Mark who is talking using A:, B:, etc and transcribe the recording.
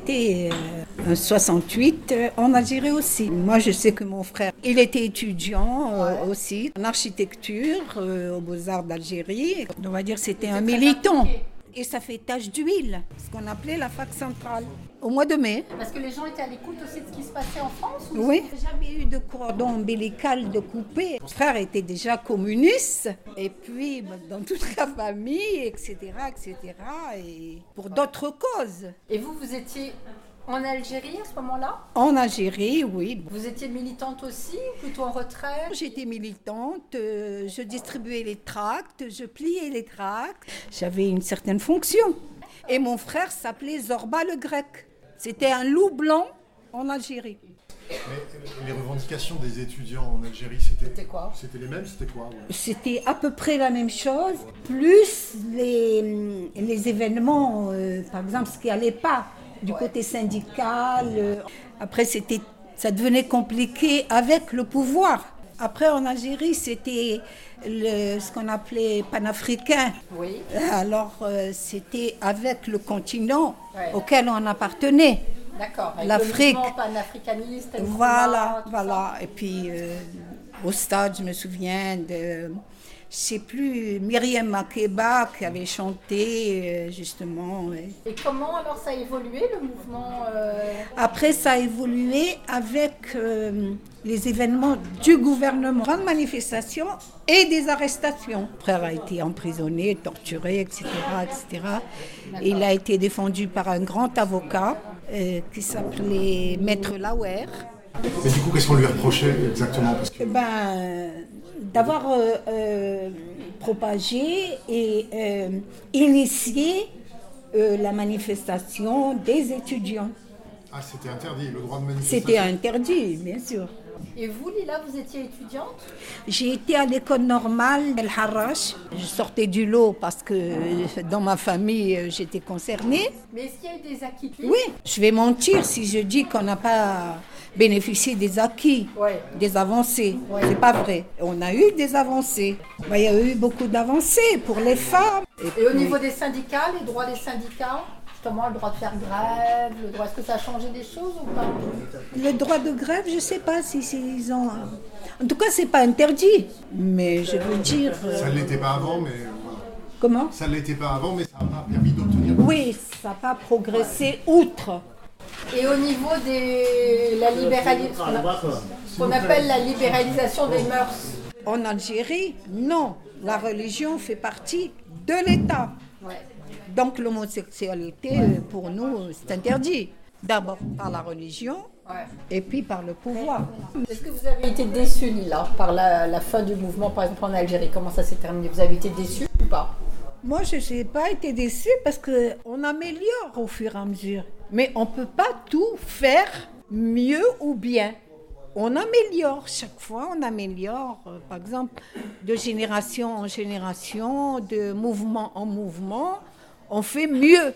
A: C'était en euh, 68 euh, en Algérie aussi. Moi, je sais que mon frère, il était étudiant euh, aussi en architecture euh, aux Beaux-Arts d'Algérie. On va dire c'était un militant. Et ça fait tache d'huile, ce qu'on appelait la fac centrale. Au mois de mai.
B: Parce que les gens étaient à l'écoute aussi de ce qui se passait en France ou
A: Oui. J'avais eu de cordon ombilical de coupé. Mon frère était déjà communiste. Et puis, bah, dans toute la famille, etc., etc. Et pour d'autres causes.
B: Et vous, vous étiez en Algérie à ce moment-là
A: En Algérie, oui.
B: Vous étiez militante aussi, plutôt en retraite
A: J'étais militante, euh, je distribuais les tracts, je pliais les tracts. J'avais une certaine fonction. Et mon frère s'appelait Zorba le Grec. C'était un loup blanc en Algérie.
C: Mais les revendications des étudiants en Algérie, c'était
B: C'était quoi
C: C'était les mêmes, c'était quoi ouais.
A: C'était à peu près la même chose, plus les, les événements, euh, par exemple, ce qui n'allait pas du côté syndical. euh. Après, c'était, ça devenait compliqué avec le pouvoir. Après, en Algérie, c'était le- ce qu'on appelait panafricain.
B: Oui.
A: Alors, euh, c'était avec le continent
B: Ouais.
A: auquel on appartenait.
B: D'accord. avec
A: L'Afrique.
B: Le mouvement panafricaniste. Nkrumah,
A: Voilà,
B: tout
A: voilà. Et puis, euh, au stade, je me souviens de. Je sais plus, Myriam Makeba qui avait chanté euh, justement. ouais.
B: ça. Et comment alors ça a évolué le mouvement euh,
A: Après, ça a évolué avec euh, les événements du gouvernement, grandes manifestations et des arrestations. Mon Frère a été emprisonné, torturé, etc., etc. Il a été défendu par un grand avocat euh, qui s'appelait Maître Lauer.
C: Mais du coup, qu'est-ce qu'on lui reprochait exactement Parce que
A: Eh ben, euh, d'avoir euh, euh, propagé et euh, initié euh, la manifestation des étudiants.
C: ah, c'était interdit, le droit de manifester.
A: C'était interdit, bien sûr.
B: Et vous, Lila, vous étiez étudiante
A: J'ai été à l'école normale El Harash. Je sortais du lot parce que euh, dans ma famille, euh, j'étais concernée.
B: Mais est-ce qu'il y a eu des acquis
A: Oui, je vais mentir si je dis qu'on n'a pas bénéficié des acquis,
B: Ouais.
A: des avancées. C'est pas vrai. On a eu des avancées. Bah, Il y a eu beaucoup d'avancées pour les femmes.
B: Et au niveau des syndicats, les droits des syndicats Justement, le droit de faire grève, le droit, est-ce que ça a changé des choses ou pas
A: Le droit de grève, je sais pas si, si ils ont. euh, En tout cas, c'est pas interdit. Mais je veux dire. euh,
C: Ça ne l'était pas avant, mais euh, voilà.
A: Comment
C: Ça ne l'était pas avant, mais ça n'a pas permis d'obtenir.
A: Oui, ça n'a pas progressé outre.
B: Et au niveau de la libéralisation, qu'on appelle la libéralisation des mœurs,
A: En Algérie, non. La religion fait partie de l'État.
B: ouais.
A: Donc l'homosexualité, euh, pour nous, euh, c'est interdit. D'abord par la religion
B: Ouais.
A: et puis par le pouvoir.
B: Est-ce que vous avez été déçu, Lila, par la, la fin du mouvement, par exemple en Algérie Comment ça s'est terminé Vous avez été déçu ou pas
A: Moi, je n'ai pas été déçue parce qu'on améliore au fur et à mesure. Mais on ne peut pas tout faire mieux ou bien. On améliore chaque fois, on améliore, euh, par exemple, de génération en génération, de mouvement en mouvement, on fait mieux.